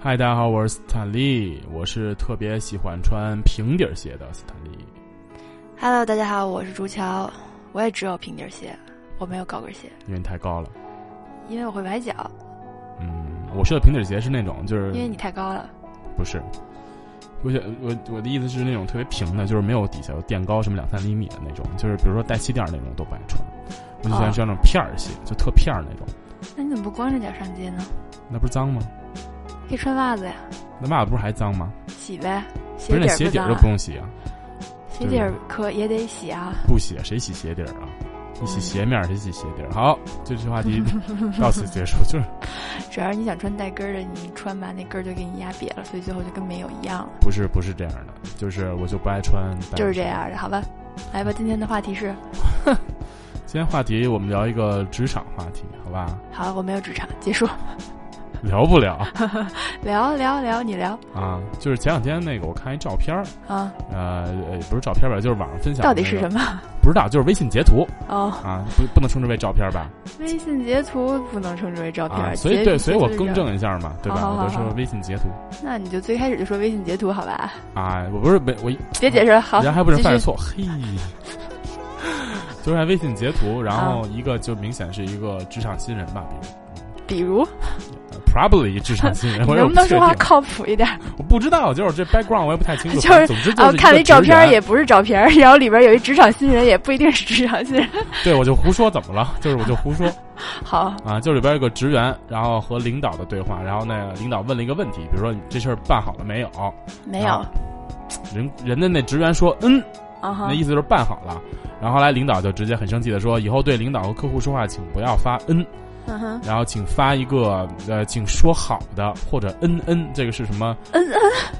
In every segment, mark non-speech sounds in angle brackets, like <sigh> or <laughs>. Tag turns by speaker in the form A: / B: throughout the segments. A: 嗨，大家好，我是斯坦利，我是特别喜欢穿平底儿鞋的斯坦利。
B: Hello，大家好，我是朱乔，我也只有平底鞋，我没有高跟鞋，
A: 因为你太高了。
B: 因为我会崴脚，
A: 嗯，我说的平底儿鞋是那种，就是
B: 因为你太高了。
A: 不是，我想我我的意思是那种特别平的，就是没有底下有垫高什么两三厘米的那种，就是比如说带气垫儿那种我都不爱穿，我就喜欢
B: 哦
A: 穿那种片儿鞋，就特片儿那种，
B: 那你怎么不光着脚上街呢？
A: 那不是脏吗？
B: 可以穿袜子呀，
A: 那袜子不是还脏吗？
B: 洗呗。
A: 不是
B: 鞋
A: 那
B: 底儿
A: 鞋底儿
B: 脏
A: 都
B: 啊
A: 不，用嗯洗啊，
B: 鞋底儿可也得洗啊。
A: 不洗啊谁洗鞋底儿啊？你洗鞋面儿，谁洗鞋底儿？好，这期话
B: <laughs>
A: 题到此结束，就是
B: 主要是你想穿带跟儿的，你穿吧，那跟儿就给你压瘪了，所以最后就跟没有一样了，
A: 不是不是这样的，就是我就不爱穿。
B: 就是这。样的，好吧？来吧，今天的话题是，
A: 今天话题我们聊一个职场话题，好吧？ <laughs>
B: 好，我没有职场，结束， <laughs>
A: 聊不了
B: 聊聊聊，你聊
A: 啊，就是前两天那个我看一照片儿，
B: 啊，
A: 呃，呃不是照片吧，就是网上分享的那个、
B: 到底是什么？
A: 不知道，就是微信截图
B: 哦，
A: 啊，不不能称之为照片吧？
B: 微信截图不能称之为照片，
A: 啊，所以
B: 截
A: 对，
B: 图
A: 所以我
B: 就是
A: 更
B: 照片。
A: 正一下嘛，对吧？
B: 好好好
A: 我就说微信截图
B: 那你就最开始就说微信截图好吧？
A: 啊，我不是没我一
B: 别解释了，好，
A: 人还不能
B: 继
A: 犯着
B: 续
A: 错，嘿。就是在微信截图，然后一个就明显是一个职场新人吧，比如
B: 比如，
A: 呃 probably 职场新人，
B: 你
A: 我也
B: <laughs> 能不能
A: 确
B: 说话
A: 定
B: 靠谱一点？
A: 我不知道，就是这 background 我也不太清楚。
B: <laughs> 就是
A: 总 <laughs> 之就
B: 啊，我
A: 是
B: 看了
A: 一
B: 一
A: 个
B: 照
A: 职
B: 片儿
A: 员
B: 也不是照片儿，然后里边有一职场新人，也不一定是职场新人。
A: 对，我就胡说，怎么了？就是我就胡说
B: 好，
A: 啊，就是里边有个职员，然后和领导的对话，然后呢，领导问了一个问题，比如说你这事儿办好了没有？
B: 没有，
A: 人人家那职员说嗯，
B: 啊哈
A: 那，意思就是办好了。然后后来领导就直接很生气的说，以后对领导和客户说话请不要发嗯，
B: 嗯哼，
A: 然后请发一个呃，请说好的或者嗯嗯，这个是什么
B: 嗯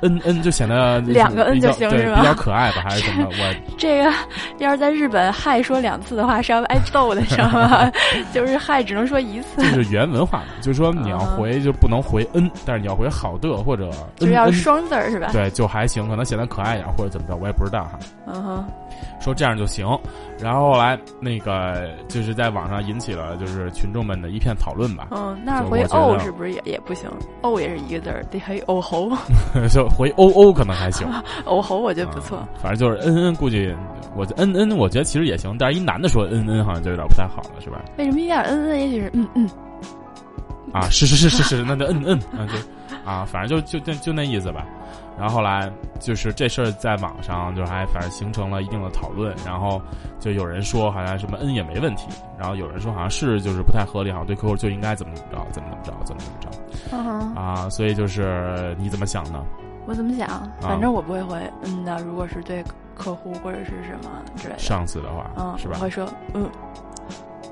B: 嗯，
A: 嗯嗯，就显得
B: 两个嗯
A: 比较
B: 就行
A: 对
B: 是吧
A: 比较可爱吧，还是怎
B: <laughs>
A: 么？我
B: 这个要是在日本嗨说两次的话是要挨揍的，知道
A: <laughs>
B: 吗？就是嗨只能说一 <laughs> 次，
A: 这是原文化嘛，就是说你要回就不能回 n，但是你要回好的或者 n
B: <laughs> 就是要
A: n，
B: 双字儿是吧？
A: <laughs> 对，就还行，可能显得可爱一点或者怎么着，我也不知道哈。
B: 嗯哼，
A: 说这样就行，然后后来那个就是在网上引起了就是群众们的一片讨论
B: <laughs>
A: 吧， <laughs>
B: 嗯，那
A: 就
B: 回
A: 我觉
B: 哦
A: 得
B: 是不是也也不行？哦也是一个字儿，得还有哦吼，
A: 就回 o o 可能还
B: <laughs>
A: 行，
B: 哦吼我觉得不错。
A: 啊反正就是 n n，估计我 n n 我觉得其实也行，但是一男的说 n n 好像就有点不太好了，是吧？
B: 为什么一定要嗯嗯？也许是嗯嗯，
A: 啊，是是是是是，那就嗯嗯，啊就啊，反正就就就就那意思吧。然后后来就是这事儿在网上就还反正形成了一定的讨论，然后就有人说好像什么嗯也没问题，然后有人说好像是就是不太合理，好像对客户就应该怎么怎么着，怎么怎么着，怎么怎么着
B: 嗯哼，
A: 啊，所以就是你怎么想呢？
B: 我怎么
A: 啊
B: 想？反正我不会回嗯的。如果是对客户或者是什么之类的，
A: 上次的话、
B: 嗯，
A: 是吧
B: 我？会说嗯，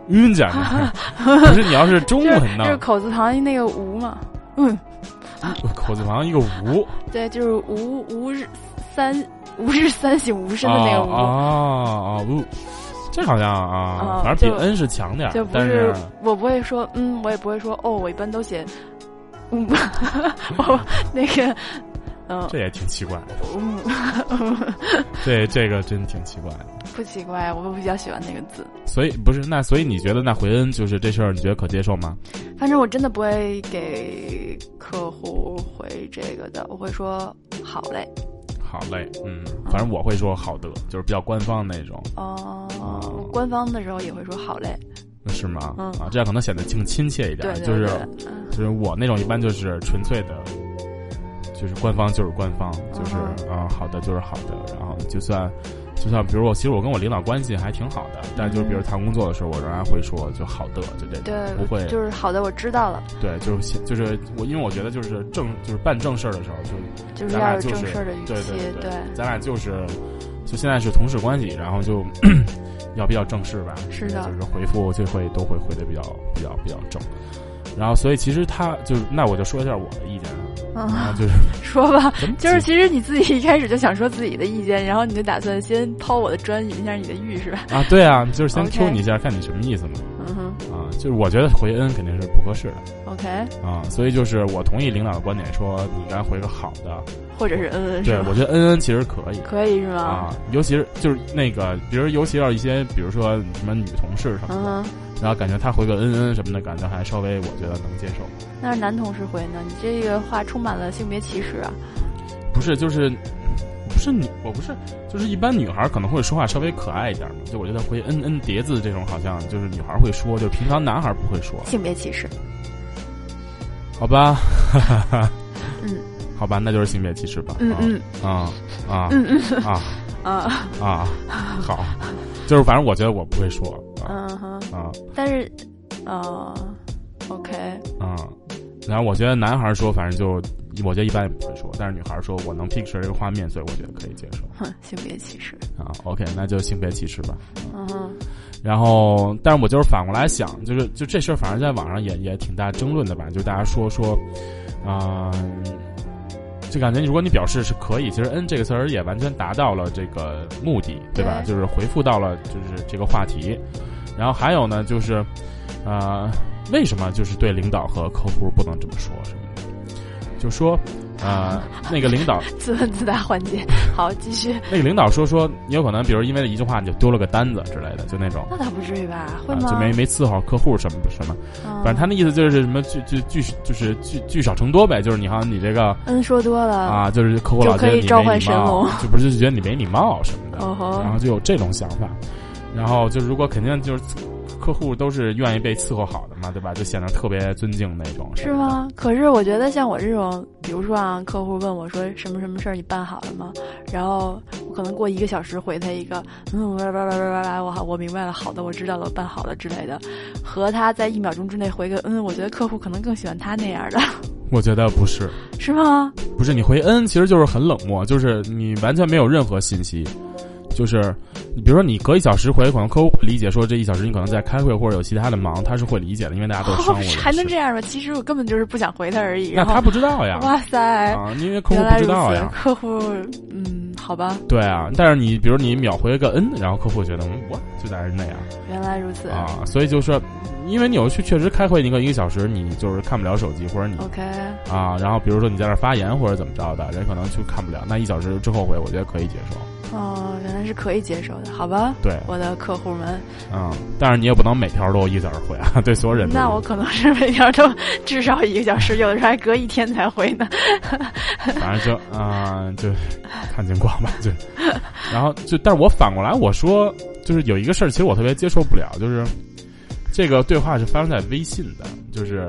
A: 晕讲
B: <laughs>
A: 的，不是你要是中
B: 就是
A: 文呢
B: 就，是口字旁那个无嘛，嗯，
A: 口字旁一
B: <laughs>
A: 个无，
B: 对，就是无无日三无日三省吾身的那个
A: 哦
B: 无。
A: 哦哦无，这好像啊，
B: 嗯
A: 反正比
B: 就
A: n 是强点儿
B: 就，不
A: 啊但
B: 是我不会说嗯，我也不会说哦，我一般都写嗯， <laughs> 我那个嗯
A: 这也挺奇怪的，
B: 嗯，
A: 这这个真挺奇怪的。
B: <laughs> 不奇怪，我比较喜欢那个字。
A: 所以不是那，所以你觉得那回恩就是这事儿，你觉得可接受吗？
B: 反正我真的不会给客户回这个的，我会说好嘞，
A: 好嘞，嗯，反正我会说好的，就是比较官方那种，
B: 哦、
A: 哦
B: 官方的时候也会说好嘞，
A: 是吗？
B: 嗯
A: 啊，这样可能显得更亲切一点
B: 对，对
A: 就是
B: 对，嗯
A: 就是我那种一般就是纯粹的，就是官方就是官方，就是啊、
B: 嗯
A: 好的就是好的，然后就算就算比如我其实我跟我领导关系还挺好的，但就是比如谈工作的时候，我仍然会说就好的，就这种
B: 嗯对，
A: 不会
B: 就是好的，我知道了，
A: 对，就是写就是我，因为我觉得就是正就是办正事儿的时候，就
B: 就是
A: 咱俩
B: 要有
A: 就
B: 正
A: 是
B: 事儿的语气，
A: 对对对
B: 对
A: 咱俩就是就现在是同事关系，然后就 <clears throat> 要比较正式吧，
B: 是的
A: 就是回复就会都会回的比较比较比较正。然后，所以其实他就是那我就说一下我的意见啊，然后
B: 嗯，
A: 就是
B: <laughs> 说吧。
A: 怎么
B: <laughs> 就是其实你自己一开始就想说自己的意见，然后你就打算先抛我的砖引一下你的玉是吧？
A: 啊，对啊，就是先
B: OK
A: Q 你一下，看你什么意思嘛
B: 嗯哼
A: 啊，就是我觉得回恩肯定是不合适的
B: ，OK，
A: 啊，所以就是我同意领导的观点，说你应该回个好的，
B: 或者是嗯嗯，
A: 对
B: 是吧
A: 我觉得恩恩其实可以，
B: 可以是吗？
A: 啊啊，尤其是就是那个，比如尤其要一些，比如说什么女同事什么
B: 嗯
A: 的，
B: 哼，
A: 然后感觉他回个嗯嗯什么的，感觉还稍微我觉得能接受。
B: 那是男同事回呢，你这个话充满了性别歧视啊！
A: 不是，就是不是女，我不是，就是一般女孩可能会说话稍微可爱一点嘛。就我觉得回嗯嗯叠字这种，好像就是女孩会说，就平常男孩不会说，
B: 性别歧视，
A: 好吧？
B: 嗯，
A: <laughs> 好吧，那就是性别歧视吧。
B: 嗯嗯
A: 啊啊
B: 嗯嗯
A: 啊
B: 啊
A: 啊！好，就是反正我觉得我不会说啊
B: 嗯哼，
A: 啊
B: 但是呃，OK，
A: 啊。然后我觉得男孩说，反正就我觉得一般也不会说，但是女孩说我能 picture 这个画面，所以我觉得可以接受
B: 哼，性别歧视，
A: 啊。OK，那就性别歧视吧。
B: 嗯哼，
A: 然后，但是我就是反过来想，就是就这事儿，反正在网上也也挺大争论的吧，就大家说说，啊、就感觉如果你表示是可以，其实“嗯”这个词儿也完全达到了这个目的，对吧？
B: 对
A: 就是回复到了就是这个话题。然后还有呢，就是，呃，为什么就是对领导和客户不能这么说什么的？就说，呃，那个领导
B: 自问自答环节，好，继续，
A: 那个领导说说，你有可能比如因为一句话你就丢了个单子之类的，就那种。
B: 那倒不至于吧？会
A: 啊，
B: 吗？
A: 就没没伺候客户什么什么，
B: 嗯
A: 反正他那意思就是什么聚聚聚就是聚聚少成多呗，就是你好像你这个
B: 嗯说多了，
A: 啊，就是客户老觉
B: 就
A: 得
B: 可以
A: 你
B: 召
A: 没
B: 唤
A: 礼
B: 神
A: 貌
B: 龙，
A: <laughs> 就不是就觉得你没礼貌什么的，
B: 哦吼，
A: 然后就有这种想法，然后就如果肯定就是客户都是愿意被伺候好的嘛，对吧？就显得特别尊敬那种，
B: 是？吗？可是我觉得像我这种，比如说啊，客户问我说什么什么事儿你办好了吗？然后我可能过一个小时回他一个，嗯，叭叭叭叭叭叭，我好我明白了，好的，我知道了，我办好了之类的，和他在一秒钟之内回个嗯，我觉得客户可能更喜欢他那样的，
A: 我觉得不是，
B: 是吗？
A: 不是你回恩其实就是很冷漠，就是你完全没有任何信息。就是，你比如说你隔一小时回，可能客户会理解说这一小时你可能在开会或者有其他的忙，他是会理解的，因为大家都是商务人士。
B: <laughs> 哦还能这样吗？其实我根本就是不想回他而已。
A: 那
B: 然后
A: 他不知道呀，
B: 哇塞，
A: 啊，因为客户
B: 原来
A: 不
B: 如
A: 知
B: 此，
A: 道呀，
B: 客户嗯，好吧，
A: 对啊。但是你比如你秒回个嗯，然后客户觉得嗯我就在这那样
B: 原来如此。
A: 啊，所以就是，因为你有去确实开会，你可能一个小时你就是看不了手机，或者你
B: OK，
A: 啊，然后比如说你在那儿发言或者怎么着的，人可能就看不了。那一小时之后回，我觉得可以接受，
B: 哦，原来是可以接受的，好吧，
A: 对，
B: 我的客户们。
A: 嗯。但是你也不能每条都一小时回啊，对 <laughs> 所有人都
B: 那我可能是每天都至少一个小时，有的时候还隔一天才回
A: <laughs>
B: 呢。
A: 反正就啊、就看情况吧，就。然后就，但是我反过来我说，就是有一个事儿，其实我特别接受不了，就是这个对话是发生在微信的，就是。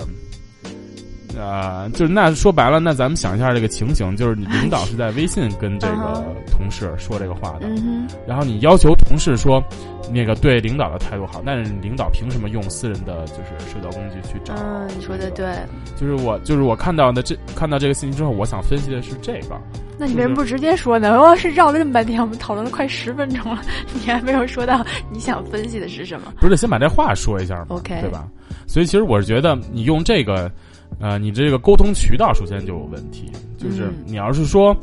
A: 呃，就是那说白了，那咱们想一下这个情形，就是你领导是在微信跟这个同事说这个话的，
B: 嗯
A: 然后你要求同事说那个对领导的态度好，但是领导凭什么用私人的就是社交工具去找、
B: 哼，嗯，你说的对。。
A: 就是我，就是我看到的这看到这个信息之后，我想分析的是这个，
B: 那你为什么不直接说呢？我是绕了这么半天，我们讨论了快十分钟了，你还没有说到你想分析的是什么？
A: 不是得先把这话说一下嘛
B: OK
A: 对吧？所以其实我是觉得你用这个，呃，你这个沟通渠道首先就有问题，就是
B: 嗯
A: 你要是说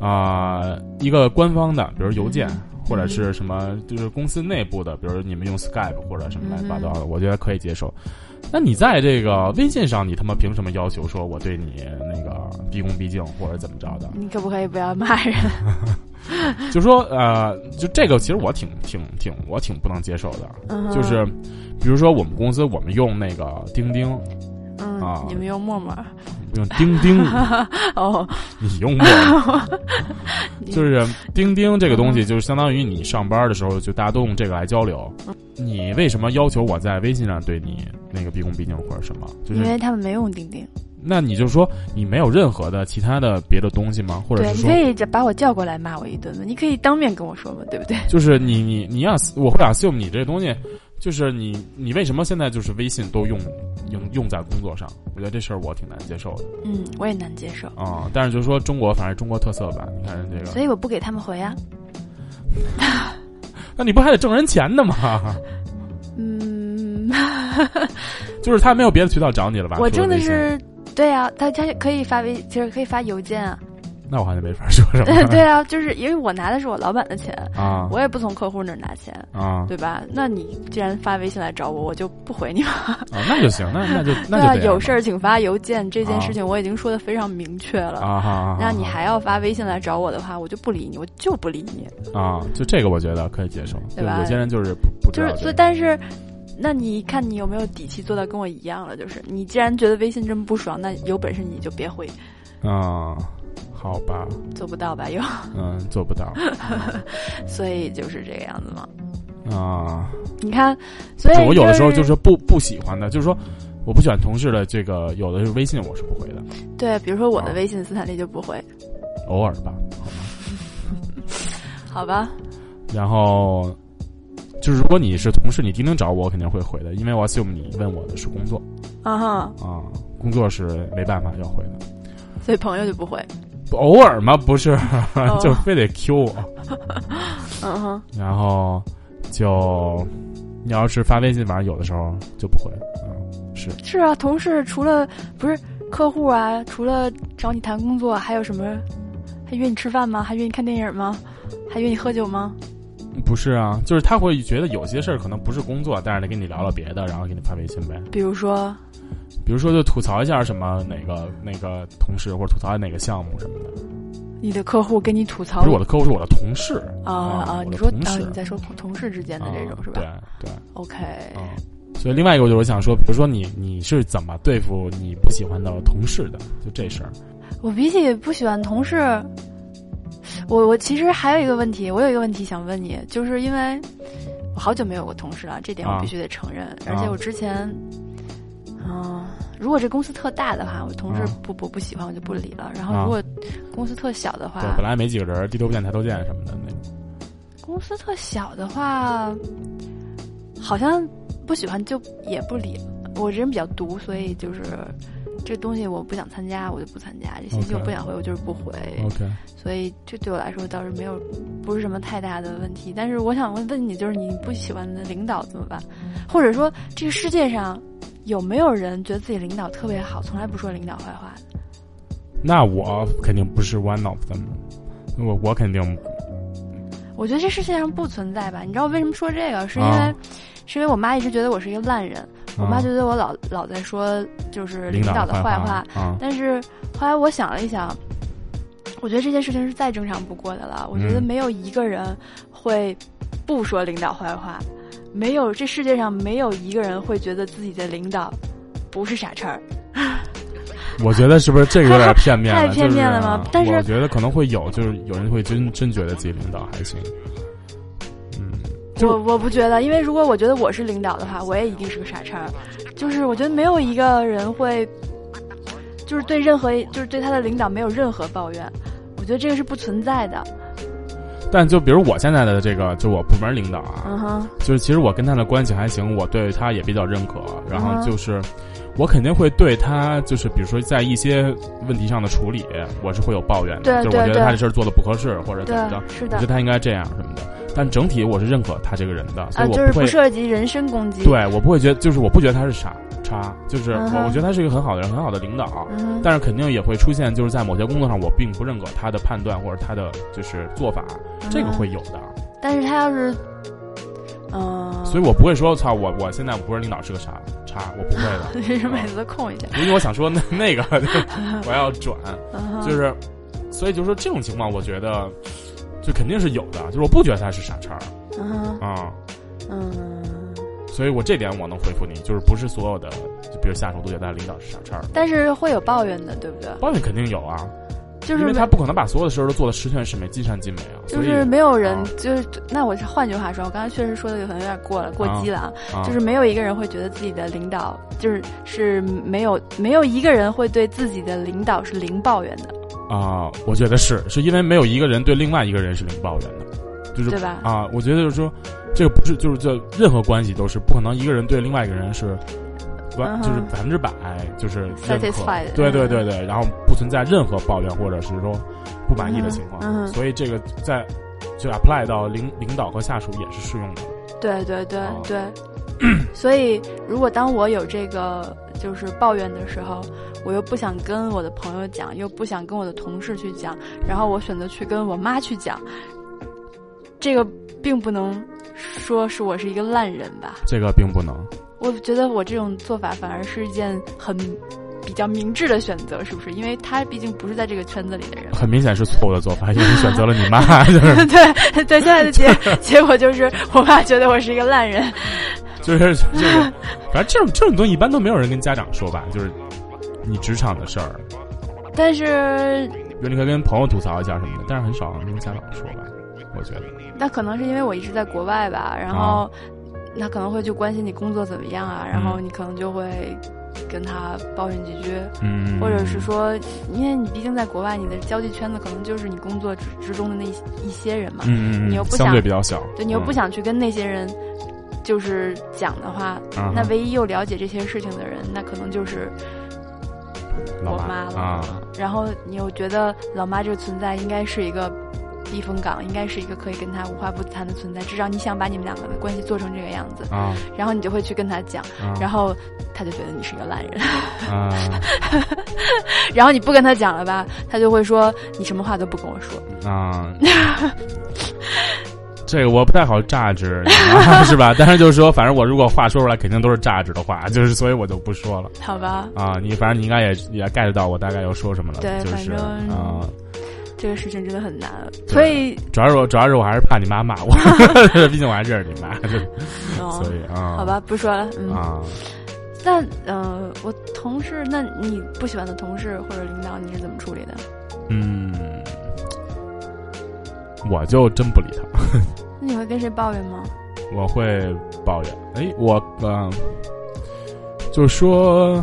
A: 啊、一个官方的，比如邮件。
B: 嗯
A: 或者是什么，就是公司内部的，比如你们用 Skype 或者什么乱七八糟的，
B: 嗯
A: 我觉得可以接受。那你在这个微信上，你他妈凭什么要求说我对你那个毕恭毕敬或者怎么着的？
B: 你可不可以不要骂人？
A: 就说呃，就这个其实我挺挺挺我挺不能接受的，
B: 嗯哼，
A: 就是比如说我们公司我们用那个钉钉，
B: 嗯，
A: 啊
B: 你们用陌陌
A: 用钉
B: <laughs>
A: 钉，
B: 哦，
A: 你用过吗？就是钉钉这个东西，
B: 嗯
A: 就是相当于你上班的时候，就大家都用这个来交流。你为什么要求我在微信上对你那个毕恭毕敬或者什么？就
B: 因
A: 是
B: 为他们没用钉钉。
A: 那你就说你没有任何的其他的别的东西吗？或者
B: 对，
A: 是
B: 你
A: 说
B: 可，以把我叫过来骂我一顿吗？你可以当面跟我说嘛，对不对？
A: 就是你你你要我会 assume 你这个东西，就是你你为什么现在就是微信都用用用在工作上？我觉得这事儿我挺难接受的。
B: 嗯，我也难接受，
A: 啊、但是就是说中国，反正中国特色吧，你看人这
B: 所
A: 个，
B: 以我不给他们回啊。
A: 那你不还得挣人钱呢吗？ <laughs>
B: 嗯，
A: 就是他没有别的渠道找你了吧？
B: 我
A: 除了
B: 挣的
A: 微信，
B: 是，对啊，他他可以发微，其实可以发邮
A: <laughs>
B: 件啊。
A: 那我好像没法说什么。
B: 对啊，就是因为我拿的是我老板的钱，
A: 啊
B: 我也不从客户那儿拿钱，
A: 啊啊，
B: 对吧？那你既然发微信来找我，我就不回你嘛。
A: 啊那就行，那那
B: <laughs>
A: 就
B: 对
A: 那就
B: 啊，
A: 这样
B: 有
A: 吧
B: 事儿请发邮件这件
A: 啊
B: 事情，我已经说的非常明确了。
A: 啊哈啊哈，
B: 那你还要发微信来找我的话，我就不理你，我就不理你，
A: 啊，就这个我觉得可以接受，就
B: 对吧
A: 有些人就是不不知
B: 就
A: 道
B: 是
A: 这
B: 所
A: 个
B: 以，但是那你看你有没有底气做到跟我一样了？就是你既然觉得微信这么不爽，那有本事你就别回，
A: 啊、好吧，
B: 做不到吧？又
A: 嗯，做不到
B: <laughs> 所以就是这个样子嘛。
A: 啊。
B: 你看，所以、
A: 我有的时候就是不不喜欢的，就是说我不喜欢同事的这个，有的是微信我是不回的，
B: 对，比如说我的
A: 啊
B: 微信斯坦利就不回，
A: 偶尔吧。
B: 好吧？
A: 然后就是如果你是同事，你钉钉找我，我肯定会回的，因为我 assume 你问我的是工作
B: 啊哈，
A: 啊、工作是没办法要回的，
B: 所以朋友就
A: <laughs>
B: 不回，
A: 不偶尔嘛，不是，啊就非得 Q 我。
B: 嗯哼，
A: 然后就你要是发微信，反正有的时候就不回。嗯，
B: 是啊，同事除了不是客户啊，除了找你谈工作，还有什么？还约你吃饭吗？还约你看电影吗？还约你喝酒吗？
A: 不是啊，就是他会觉得有些事儿可能不是工作，但是他跟你聊聊别的，然后给你发微信呗。
B: 比如说，
A: 比如说就吐槽一下什么哪个哪个同事，或者吐槽哪个项目什么的。
B: 你的客户跟你吐槽
A: 不是我的客户，是我的同事
B: 啊啊！
A: 我的
B: 你说
A: 同
B: 啊，
A: 事
B: 你在说同同事之间的
A: 啊
B: 这种、是吧？哎
A: 对对
B: OK，、
A: 啊。所以另外一个就是我想说，比如说你你是怎么对付你不喜欢的同事的？就这事儿，
B: 嗯我比起不喜欢同事，我我其实还有一个问题，我有一个问题想问你，就是因为我好久没有过同事了，这点我
A: 啊
B: 必须得承认。而且我之前，嗯、如果这公司特大的话，我同事
A: 啊
B: 不不不喜欢我就不理了。然后
A: 啊
B: 如果公司特小的话，
A: 对，本来没几个人，低头不见抬头见什么的那种。
B: 公司特小的话，好像不喜欢就也不理。我人比较毒，所以就是这东西我不想参加，我就不参加；这信息
A: OK 嗯
B: 我不想回，我就是不回。
A: OK，
B: 所以这对我来说倒是没有不是什么太大的问题。但是我想问问你，就是你不喜欢的领导怎么办？或者说，这个世界上有没有人觉得自己领导特别好，从来不说领导坏话的？
A: 那我肯定不是 one of them，我我肯定
B: 我觉得这世界上不存在吧？你知道为什么说这个？是因为、
A: 啊
B: 是因为我妈一直觉得我是一个烂人，我妈就对我老老在说就是领导
A: 导
B: 的
A: 坏
B: 坏
A: 话啊
B: 但是后来我想了一想，我觉得这件事情是再正常不过的了。我觉得
A: 嗯
B: 没有一个人会不说领导坏话，没有这世界上没有一个人会觉得自己的领导不是傻叉儿。
A: 我觉得是不是这个有点片面了？
B: <laughs> 太片面了吗
A: 就是
B: 但是
A: 我觉得可能会有，就是有人会真真觉得自己领导还行。嗯，就
B: 我我不觉得，因为如果我觉得我是领导的话，我也一定是个傻叉儿。就是我觉得没有一个人会，就是对任何就是对他的领导没有任何抱怨。我觉得这个是不存在的。
A: 但就比如我现在的这个，就我部门领导啊，
B: 嗯哼，
A: 就是其实我跟他的关系还行，我对他也比较认可。然
B: 嗯
A: 后
B: 哼
A: 就是，我肯定会对他，就是比如说在一些问题上的处理，我是会有抱怨的，
B: 对
A: 就是我
B: 对
A: 觉得他
B: 对
A: 这事儿做的不合适或者怎
B: 对
A: 么着，，
B: 是
A: 我
B: 的
A: 觉得。他应该这样什么的。但整体我是认可他这个人的，所
B: 啊，
A: 以我
B: 就是
A: 会、
B: 不涉及人身攻击。
A: 对我不会觉得，就是我不觉得他是傻叉，就是我、
B: 嗯哼
A: 我觉得他是一个很好的人，很好的领导。啊
B: 嗯哼，
A: 但是肯定也会出现，就是在某些工作上，我并不认可他的判断或者他的就是做法，这个
B: 嗯
A: 会有的。
B: 但是他要是，嗯、。
A: 所以我不会说，操，我我现在我不是领导是个傻叉，我不会的
B: <laughs> <laughs> 为什么每次都控一下？
A: 因为我想说那那
B: <laughs>
A: 个， <laughs> 我要转，
B: 嗯哼
A: 就是，所以就是说这种情况，我觉得就肯定是有的，就是我不觉得他是傻叉
B: 嗯哼
A: 啊、
B: 嗯，
A: 所以我这点我能回复你，就是不是所有的，就比如下属都觉得他领导是傻叉儿，
B: 但是会有抱怨的，对不对？
A: 抱怨肯定有啊，
B: 就是
A: 因为
B: 没
A: 他不可能把所有的事儿都做的十全十美、尽善尽美啊，
B: 就
A: 所以
B: 是没有人
A: 啊，
B: 就是那我是换句话说，我刚才确实说的可能有点过了，过激了啊。
A: 啊
B: 就是没有一个人会觉得自己的领导就是是没有没有一个人会对自己的领导是零抱怨的，
A: 啊、我觉得是，是因为没有一个人对另外一个人是零抱怨的，就是
B: 对吧？
A: 啊，我觉得就是说，这个不是就是这任何关系都是不可能一个人对另外一个人是完、
B: 嗯哼
A: 就是百分之百就是认可
B: Satisfied，
A: 对对
B: 嗯
A: 对对，然后不存在任何抱怨或者是说不满意的情况，
B: 嗯嗯
A: 所以这个在就 apply 到领领导和下属也是适用的。
B: 对对对
A: 哦
B: 对， <clears throat> 所以如果当我有这个就是抱怨的时候，我又不想跟我的朋友讲，又不想跟我的同事去讲，然后我选择去跟我妈去讲，这个并不能说是我是一个烂人吧？
A: 这个并不能，
B: 我觉得我这种做法反而是一件很比较明智的选择，是不是？因为他毕竟不是在这个圈子里
A: <laughs>
B: 的人。
A: 很明显是错误的做法，因为你选择了你 <laughs> 妈，就是
B: 对对，现在的结结果就是我爸觉得我是一个烂人，
A: 就是就是，反正这种这种东西一般都没有人跟家长说吧，就是你职场的事儿，
B: 但是
A: 比如你可以跟朋友吐槽一下什么的，但是很少跟家长说吧，我觉得。
B: 那可能是因为我一直在国外吧，然
A: 啊
B: 后他可能会去关心你工作怎么样啊，然后你可能就会跟他抱怨几句，
A: 嗯，
B: 或者是说，因为你毕竟在国外，你的交际圈子可能就是你工作之之中的那一一些人嘛，
A: 嗯，嗯嗯，
B: 你又不
A: 相
B: 想
A: 对比较小，
B: 对你又不
A: 嗯，
B: 想去跟那些人就是讲的话，
A: 啊
B: 那
A: 哈
B: 唯一又了解这些事情的人，那可能就是
A: 老
B: 我妈了。
A: 啊，
B: 然后你又觉得老妈这个存在应该是一个避风港，应该是一个可以跟她无话不谈的存在，至少你想把你们两个的关系做成这个样子，
A: 啊，
B: 然后你就会去跟她讲，
A: 啊
B: <laughs> 然后她就觉得你是一个烂人， <laughs>
A: 啊，
B: 然后你不跟她讲了吧，她就会说你什么话都不跟我说，
A: 啊，
B: <laughs>
A: 这个我不太好榨汁，你知道吗 <laughs> 是吧？但是就是说，反正我如果话说出来，肯定都是榨汁的话，就是所以我就不说了
B: 好吧？
A: 啊。你反正你应该也也 get 到我大概要说什么了，
B: 对
A: 就是
B: 反正
A: 啊，
B: 这个事情真的很难，
A: 对
B: 所以
A: 主要是我主要是我还是怕你妈骂我， <laughs> 毕竟我还认识你妈，就是
B: 哦
A: 所，以啊，
B: 好吧，不说了，嗯。
A: 啊，
B: 那呃，我同事，那你不喜欢的同事或者领导，你是怎么处理的？
A: 嗯，我就真不理他。
B: 那你会跟谁抱怨吗？
A: 我会抱怨。哎，我嗯、就是说，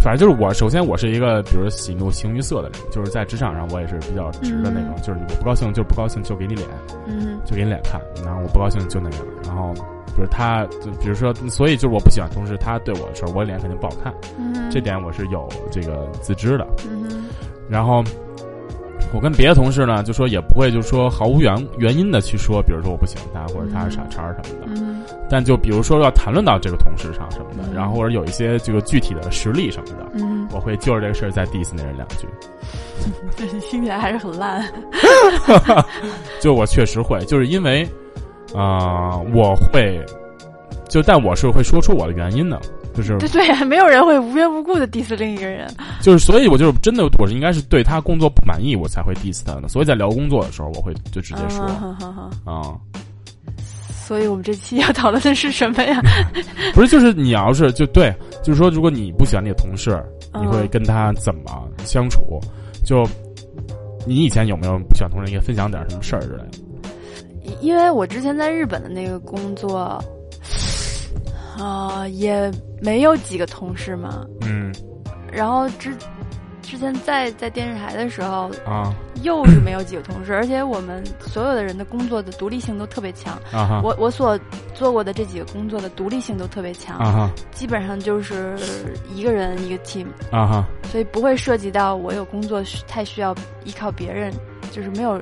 A: 反正就是我，首先我是一个，比如喜怒形于色的人，就是在职场上我也是比较直的那种，就是我不高兴就是不高兴，就给你脸，
B: 嗯
A: 就给你脸看，然后我不高兴就那样，然后。比如他，就比如说，所以就是我不喜欢同事他对我的时候，我脸肯定不好看，
B: 嗯哼，
A: 这点我是有这个自知的。
B: 嗯哼，
A: 然后我跟别的同事呢，就说也不会就说毫无原原因的去说，比如说我不喜欢他，或者他是傻叉儿什么的。
B: 嗯
A: 但就比如说要谈论到这个同事上什么的，
B: 嗯
A: 然后或者有一些这个具体的实例什么的， <laughs>
B: 嗯
A: 我会就着这个事儿再 diss 那人两句。
B: 哼，你听起来还是很烂。
A: 嗯就我确实会，就是因为啊、呃我会就但我是会说出我的原因的。就是
B: 对对呀，没有人会无缘无故的 diss 另一个人。
A: 就是，所以我就是真的，我是应该是对他工作不满意，我才会 diss 他的。所以在聊工作的时候，我会就直接说
B: 嗯哼哼哼
A: 啊、
B: 所以我们这期要讨论的是什么呀？
A: 不是，就是你要是就对，就是说，如果你不喜欢你的同事，你会跟他怎么相处？就你以前有没有不喜欢同事？你可以分享点什么事儿之类的？
B: 嗯因为我之前在日本的那个工作，啊、也没有几个同事嘛。
A: 嗯
B: 然后之之前在在电视台的时候，
A: 啊
B: 又是没有几个同事，而且我们所有的人的工作的独立性都特别强。
A: 啊哈
B: 我我所做过的这几个工作的独立性都特别强，
A: 啊哈
B: 基本上就是一个人一个 team，
A: 啊哈
B: 所以不会涉及到我有工作需太需要依靠别人，就是没有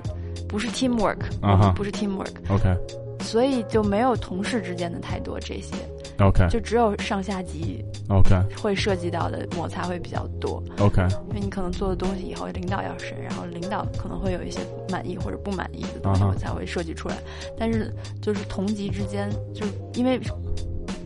B: 不是 teamwork，、
A: 啊哈
B: 不是 teamwork，
A: ，OK
B: 所以就没有同事之间的太多这些，
A: OK
B: 就只有上下级
A: OK
B: 会涉及到的摩擦会比较多，
A: OK
B: 因为你可能做的东西以后领导要审，然后领导可能会有一些满意或者不满意的东西，
A: 啊哈
B: 我才会设计出来。但是就是同级之间，就是因为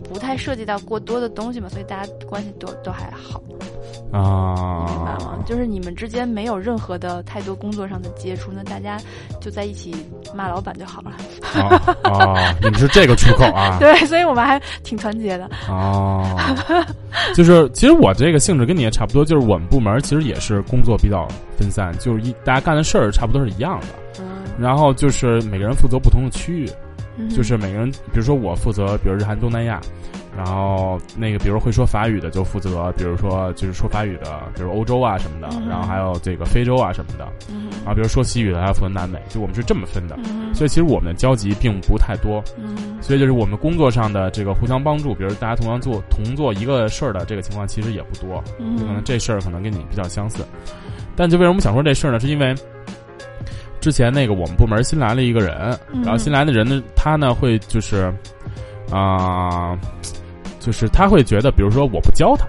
B: 不太涉及到过多的东西嘛，所以大家关系都都还好，你明白吗
A: 啊？
B: 就是你们之间没有任何的太多工作上的接触，那大家就在一起骂老板就好了。
A: 哦哦，你们是这个出口啊？
B: 对，所以我们还挺团结的。
A: 哦，就是其实我这个性质跟你也差不多，就是我们部门其实也是工作比较分散，就是一大家干的事儿差不多是一样的。
B: 嗯，
A: 然后就是每个人负责不同的区域，
B: 嗯
A: 就是每个人，比如说我负责，比如日韩东南亚，然后那个比如会说法语的就负责，比如说就是说法语的，比如欧洲啊什么的，
B: 嗯
A: 然后还有这个非洲啊什么的，
B: 嗯
A: 然后比如说西语的还有负责南美，就我们是这么分的。
B: 嗯
A: 所以其实我们的交集并不太多，
B: 嗯
A: 所以就是我们工作上的这个互相帮助，比如大家同样做同做一个事儿的这个情况其实也不多。可能
B: 嗯
A: 这事儿可能跟你比较相似。但就为什么想说这事儿呢？是因为之前那个我们部门新来了一个人，
B: 嗯
A: 然后新来的人呢，他呢会就是啊、就是他会觉得，比如说我不教他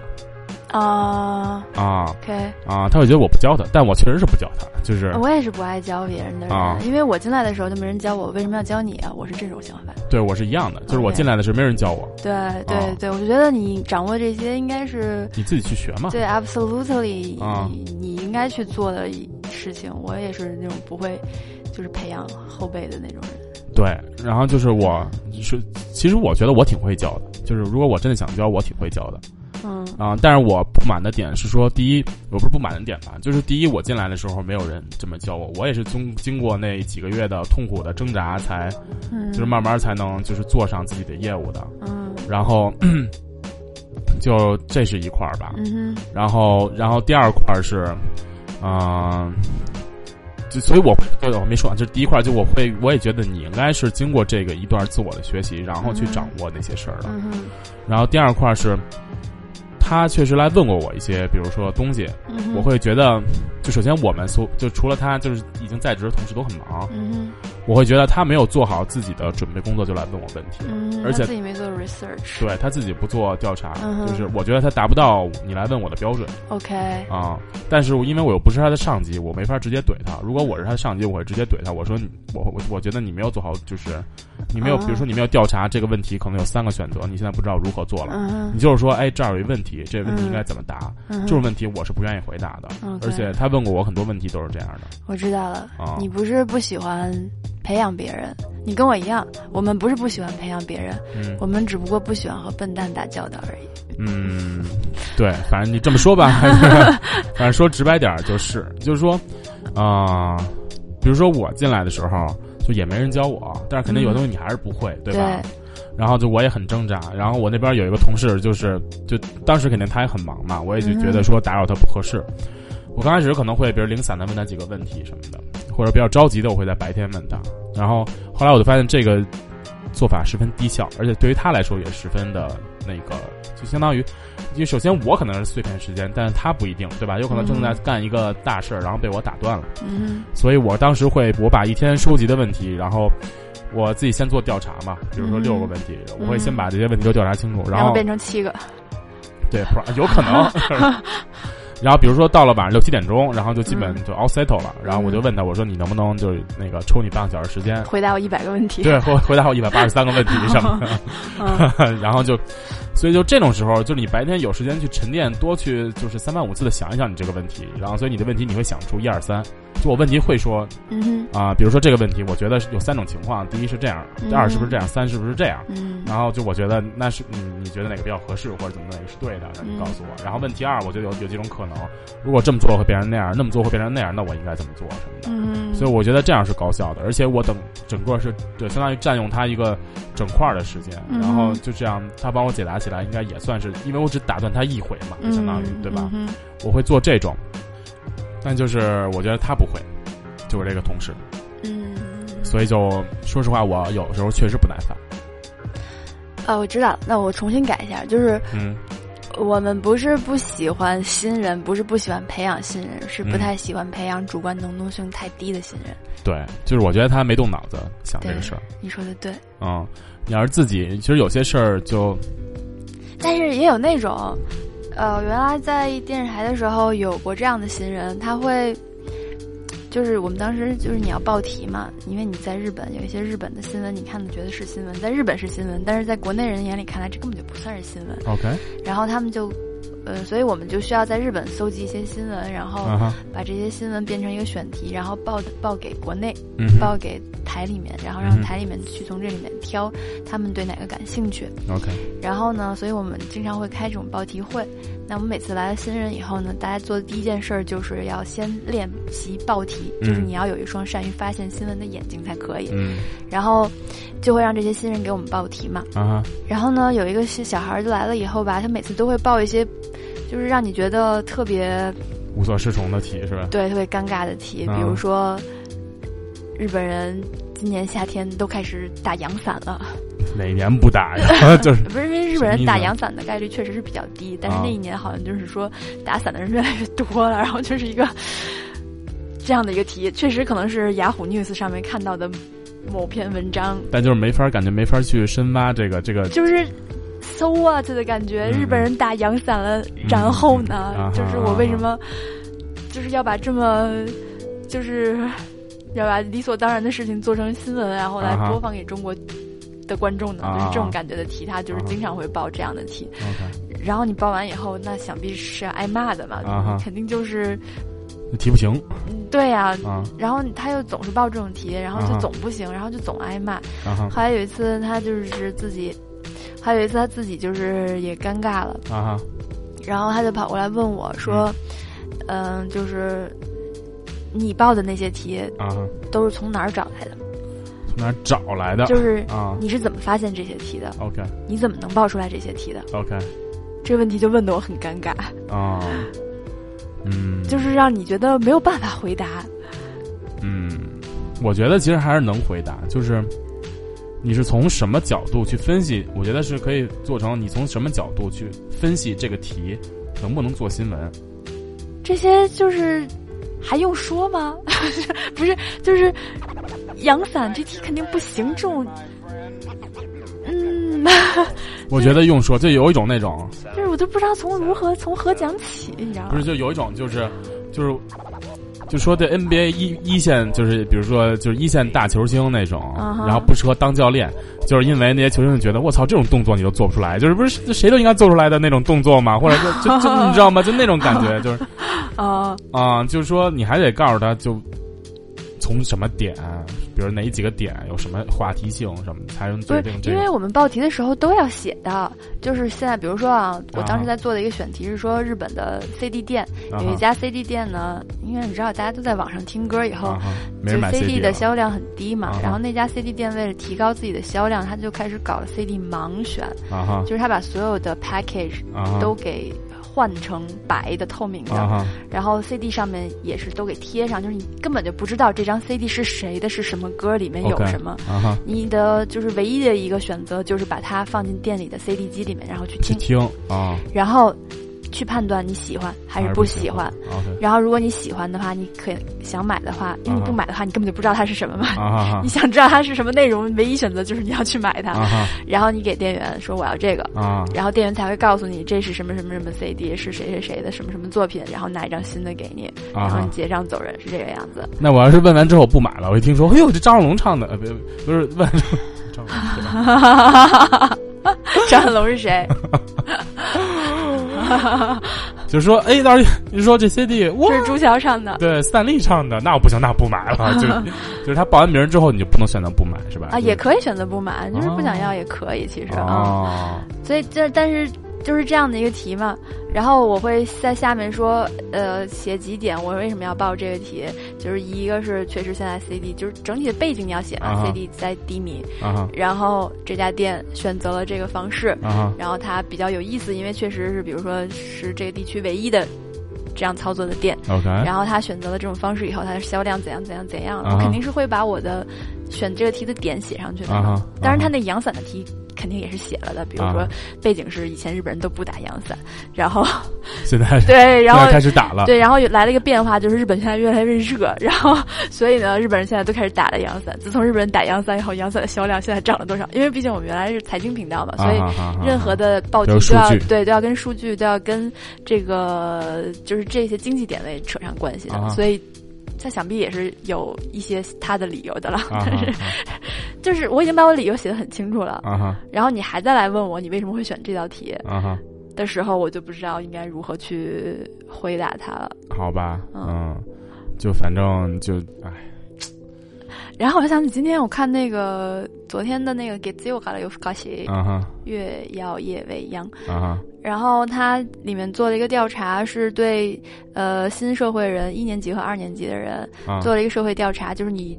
B: 啊
A: 啊
B: ，OK。
A: 啊，他会觉得我不教他，但我确实是不教他，就是
B: 我也是不爱教别人的人，
A: 啊
B: 因为我进来的时候就没人教我，为什么要教你啊？我是这种想法。
A: 对我是一样的，就是我
B: OK
A: 进来的时候没人教我，
B: 对对、对，我就觉得你掌握这些应该是
A: 你自己去学嘛。
B: 对 absolutely、
A: 啊
B: 你应该去做的事情。我也是那种不会就是培养后辈的那种人。
A: 对，然后就是我是，其实我觉得我挺会教的，就是如果我真的想教，我挺会教的
B: 嗯
A: 啊、但是我不满的点是说，第一，我不是不满的点吧，就是第一，我进来的时候没有人这么教我，我也是经经过那几个月的痛苦的挣扎才，
B: 嗯，
A: 就是慢慢才能就是做上自己的业务的。
B: 嗯
A: 然后就这是一块儿吧，
B: 嗯哼
A: 然后然后第二块儿是，嗯、就所以我对我没说完，就是第一块儿就我会我也觉得你应该是经过这个一段自我的学习，然后去掌握那些事儿的。
B: 嗯哼
A: 然后第二块儿是，他确实来问过我一些，比如说东西，
B: 嗯哼，
A: 我会觉得，就首先我们所就除了他就是已经在职的同事都很忙，
B: 嗯
A: 我会觉得他没有做好自己的准备工作就来问我问题
B: 哼，嗯哼，
A: 而且
B: 他自己没做 research，
A: 对他自己不做调查，
B: 嗯哼
A: 就是我觉得他达不到你来问我的标准。
B: ，OK，
A: 啊、但是我因为我又不是他的上级，我没法直接怼他。如果我是他的上级，我会直接怼他。我说你，我我我觉得你没有做好，就是你没有，
B: 啊
A: 比如说你没有调查这个问题，可能有三个选择，你现在不知道如何做了。
B: 嗯哼
A: 你就是说，哎，这儿有一问题，这个问题
B: 嗯
A: 应该怎么答？
B: 嗯哼，
A: 这种问题我是不愿意回答的。
B: OK
A: 而且他问过我很多问题都是这样的
B: 我知道了，
A: 啊。
B: 你不是不喜欢培养别人，你跟我一样，我们不是不喜欢培养别人，
A: 嗯
B: 我们只不过不喜欢和笨蛋打交道而已。
A: 嗯，对，反正你这么说吧，反正说直白点儿就是，就是说，啊、比如说我进来的时候就也没人教我，但是肯定有
B: 嗯
A: 东西你还是不会，对
B: 对
A: 吧？然后就我也很挣扎，然后我那边有一个同事，就是就当时肯定他也很忙嘛，我也就觉得说打扰他不合适。我刚开始可能会比如零散的问他几个问题什么的，或者比较着急的我会在白天问他。然后后来我就发现这个做法十分低效，而且对于他来说也十分的那个，就相当于，因为首先我可能是碎片时间，但是他不一定，对吧？有可能正在干一个大事儿，然后被我打断了。
B: 嗯
A: 所以我当时会我把一天收集的问题，然后我自己先做调查嘛，比如说
B: 嗯
A: 六个问题，
B: 嗯
A: 我会先把这些问题都调查清楚，
B: 哼，
A: 然
B: 然
A: 后
B: 后变成七个，
A: 对，不然有可
B: <laughs>
A: 能。然后比如说到了晚上六七点钟，然后就基本
B: 嗯
A: 就 all settle 了，然后我就问他，我说你能不能就是那个抽你半个小时时间？
B: <laughs> 回答我一百个问
A: <laughs>
B: 题。
A: 对，回回答我一百八十三个问题什么的，
B: <laughs>
A: <laughs>
B: 嗯，
A: 然后就，所以就这种时候，就是你白天有时间去沉淀，多去就是三番五次的想一想你这个问题，然后所以你的问题你会想出一二三，就我问题会说
B: 嗯哼，
A: 啊，比如说这个问题，我觉得是有三种情况：第一是这样，
B: 嗯
A: 第二是不是这样，三是不是这样。
B: 嗯
A: 然后就我觉得那是你你觉得哪个比较合适，或者怎么哪个是对的，那你
B: 嗯
A: 告诉我。然后问题二，我觉得有有几种可能，如果这么做会变成那样，那么做会变成那样，那我应该怎么做什么的。
B: 嗯，
A: 所以我觉得这样是高效的，而且我等整个是就相当于占用他一个整块儿的时间，
B: 嗯
A: 然后就这样他帮我解答起来，应该也算是，因为我只打断他一回嘛，就相当于
B: 嗯
A: 对吧？？
B: 嗯哼
A: 我会做这种，但就是我觉得他不会，就我这个同事，
B: 嗯，
A: 所以就说实话，我有时候确实不耐烦。
B: 啊，我知道了，那我重新改一下，就是
A: 嗯
B: 我们不是不喜欢新人，不是不喜欢培养新人，是不
A: 嗯
B: 太喜欢培养主观能动性太低的新人。，
A: 对，就是我觉得他没动脑子想这个事儿。
B: 你说的对，
A: 嗯，你要是自己，其实有些事儿就
B: 但是也有那种，呃，原来在电视台的时候有过这样的新人，他会，就是我们当时就是你要报题嘛，因为你在日本有一些日本的新闻，你看的觉得是新闻，在日本是新闻，但是在国内人眼里看来这根本就不算是新闻，
A: OK
B: 然后他们就。呃，所以我们就需要在日本搜集一些新闻，然后
A: 啊哈，
B: 把这些新闻变成一个选题，然后报报给国内，
A: 嗯
B: 报给台里面，然后
A: 嗯
B: 让
A: 哼
B: 台里面去从这里面挑他们对哪个感兴趣。
A: ，OK，
B: 然后呢，所以我们经常会开这种报题会。那我们每次来了新人以后呢，大家做的第一件事儿就是要先练习报题，
A: 嗯
B: 就是你要有一双善于发现新闻的眼睛才可以。
A: 嗯
B: 然后就会让这些新人给我们报题嘛。
A: 啊哈，
B: 然后呢，有一个是小孩儿来了以后吧，他每次都会报一些，就是让你觉得特别
A: 无所适从的题是吧？
B: 对，特别尴尬的题，
A: 嗯
B: 比如说，日本人今年夏天都开始打阳伞了，
A: 哪年不打
B: <laughs>
A: 呀？ <laughs> 就是
B: 不是因为日本
A: 什么意
B: 人
A: 思啊
B: 打阳伞的概率确实是比较低，但是那一年好像就是说打伞的人越来越多了，然 <laughs> 后就是一个这样的一个题，确实可能是雅虎 news 上面看到的某篇文章，
A: 但就是没法儿，感觉没法儿去深挖这个这个，
B: 就是 so what 的感觉，
A: 嗯
B: 日本人打阳伞了，然后呢，
A: 嗯啊哈
B: 就是我为什么就是要把这么就是要把理所当然的事情做成新闻，然后来
A: 啊哈
B: 播放给中国的观众呢？
A: 啊
B: 就是这种感觉的题，他就是经常会报这样的题。
A: OK，
B: 然后你报完以后，那想必是挨骂的嘛，
A: 啊哈
B: 肯定就是。嗯
A: 提不行
B: 对呀、
A: 啊
B: 然后他又总是报这种题，然后
A: 啊哈
B: 就总不行，然后就总挨骂。
A: 啊哈
B: 后来有一次他就是自己，还有一次他自己就是也尴尬了，
A: 啊哈
B: 然后他就跑过来问我说：“嗯、就是你报的那些题
A: 啊哈，
B: 都是从哪儿找来的？
A: 从哪儿找来的？
B: 就是
A: 啊
B: 你是怎么发现这些题的？
A: ，OK
B: 你怎么能报出来这些题的？”
A: OK
B: 这个问题就问得我很尴尬， <laughs>
A: 啊，嗯，
B: 就是让你觉得没有办法回答。
A: 嗯，我觉得其实还是能回答，就是你是从什么角度去分析，我觉得是可以做成你从什么角度去分析这个题能不能做新闻。
B: 这些就是还用说吗？ <laughs> 不是，就是阳伞这题肯定不行，这种，嗯， <laughs>
A: 我觉得用说就有一种那种，
B: 就是我都不知道从如何从何讲起，你知道
A: 不
B: 吗
A: 是？就有一种就是就是。就说对 NBA 一一线，就是比如说就是一线大球星那种
B: 啊哈
A: 然后不适合当教练，就是因为那些球星觉得我操这种动作你都做不出来，就是不是就谁都应该做出来的那种动作嘛，或者就就就你知道吗？就那种感觉，就是
B: 啊、
A: 啊、就是说你还得告诉他就从什么点，比如哪几个点有什么话题性什么，才能
B: 不
A: 决
B: 是
A: 定，这
B: 因
A: 个
B: 为我们报题的时候都要写的，就是现在，比如说啊，我当
A: 啊
B: 时在做的一个选题是说日本的 CD 店、
A: 啊
B: 有一
A: 哈
B: 家 CD 店呢，因为你知道大家都在网上听歌以后，
A: 啊哈，没
B: 就
A: 人买
B: CD
A: 了
B: 的销量很低嘛，
A: 啊哈
B: 然后那家 CD 店为了提高自己的销量，他就开始搞了 CD 盲选，
A: 啊哈
B: 就是他把所有的 package
A: 啊哈
B: 都给换成白的、透明的，
A: 啊哈
B: 然后 CD 上面也是都给贴上，就是你根本就不知道这张 CD 是谁的，是什么歌，里面有
A: OK
B: 什么。
A: 啊哈
B: 你的就是唯一的一个选择，就是把它放进店里的 CD 机里面，然后去
A: 去
B: 听，
A: 听啊
B: 然后去判断你喜欢还是
A: 是
B: 不
A: 喜
B: 喜欢。
A: ？OK
B: 然后，如果你喜欢的话，你可想买的话，因为你
A: 啊哈
B: 不买的话，你根本就不知道它是什么嘛。
A: 啊哈哈
B: 你想知道它是什么内容，唯一选择就是你要去买它，
A: 啊哈
B: 然后你给店员说我要这个，
A: 啊
B: 然后店员才会告诉你这是什么什么什么 CD，是谁谁谁的什么什么作品，然后拿一张新的给你，
A: 啊
B: 然后
A: 哈
B: 你！结账走人，是这个样子。 <laughs>
A: 那我要是问完之后不买了，我一听说，哎呦，这张小龙唱的，呃，不不是问 <laughs> 张
B: <laughs>
A: 小龙对吧
B: 张小龙
A: <laughs>
B: 是谁？
A: 就是说，哎，到时候你说这 CD，哇
B: 这，是朱桥唱的
A: 对，三立唱的，那我不行，那我不买了。
B: <laughs>
A: 就是就是他报完名之后，你就不能选择不买，是吧？
B: 啊，也可以选择不买，就是不想
A: 哦
B: 要也可以，其实啊。
A: 啊，
B: 所以这但是就是这样的一个题嘛，然后我会在下面说，呃，写几点我为什么要报这个题，就是一个是确实现在 CD 就是整体的背景你要写嘛、
A: 啊哈
B: c d 在低迷，
A: 啊哈
B: 然后这家店选择了这个方式，
A: 啊哈
B: 然后它比较有意思，因为确实是比如说是这个地区唯一的这样操作的店，
A: ，OK，
B: 然后他选择了这种方式以后，它的销量怎样怎样怎样
A: 哎啊哈
B: 我肯定是会把我的选这个题的点写上去的
A: 啊
B: 嘛。
A: 哈，
B: 当然，他
A: 他
B: 那阳伞的题肯定也是写了的，比如
A: 啊
B: 说背景是以前日本人都不打阳伞，然
A: <laughs>
B: 后
A: 现在
B: 对，然
A: 现在
B: 后
A: 开始啊打了，
B: 对，然后有来了一个变化，就是日本现在越来越热， <laughs> 然后所以呢，日本人现在都开始打了阳伞。自从日本人打阳伞以后，阳伞的销量现在涨了多少？因为毕竟我们原来是财经频道嘛，
A: 啊
B: 所以
A: 哈哈哈
B: 任何的报题
A: 都有数
B: 都要
A: 据
B: 对都要跟数据都要跟这个就是这些经济点位扯上关系的，
A: 啊哈
B: 所以。他想必也是有一些他的理由的了，
A: 啊哈
B: <laughs> 但是就是我已经把我理由写的很清楚了，
A: 啊哈
B: 然后你还再来问我你为什么会选这道题
A: 啊
B: <laughs>
A: 哈，
B: 的时候，我就不知道应该如何去回答他了。
A: 好吧，
B: 嗯
A: 嗯，就反正就哎，
B: 然后我就想起今天我看那个昨天的那个《给自由卡了有卡西
A: 啊哈
B: 月耀夜未央》，
A: 啊哈
B: 然后它里面做了一个调查，是对呃新社会人一年级和二年级的人
A: 啊，
B: 做了一个社会调查，就是你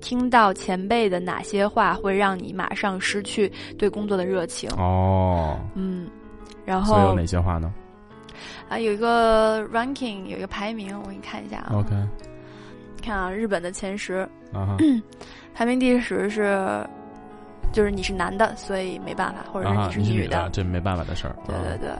B: 听到前辈的哪些话会让你马上失去对工作的热情？
A: 哦，
B: 嗯，然
A: 所以有
B: 后
A: 哪些话呢
B: 啊有一个 ranking 有一个排名，我给你看一下啊，
A: ？OK，
B: 看啊日本的前十，
A: 啊哈
B: 嗯排名第十是，就是你是男的，所以没办法，或者
A: 啊哈，
B: 是
A: 你
B: 你
A: 是
B: 女的，
A: 的，这没办法的事儿，啊
B: 对对对。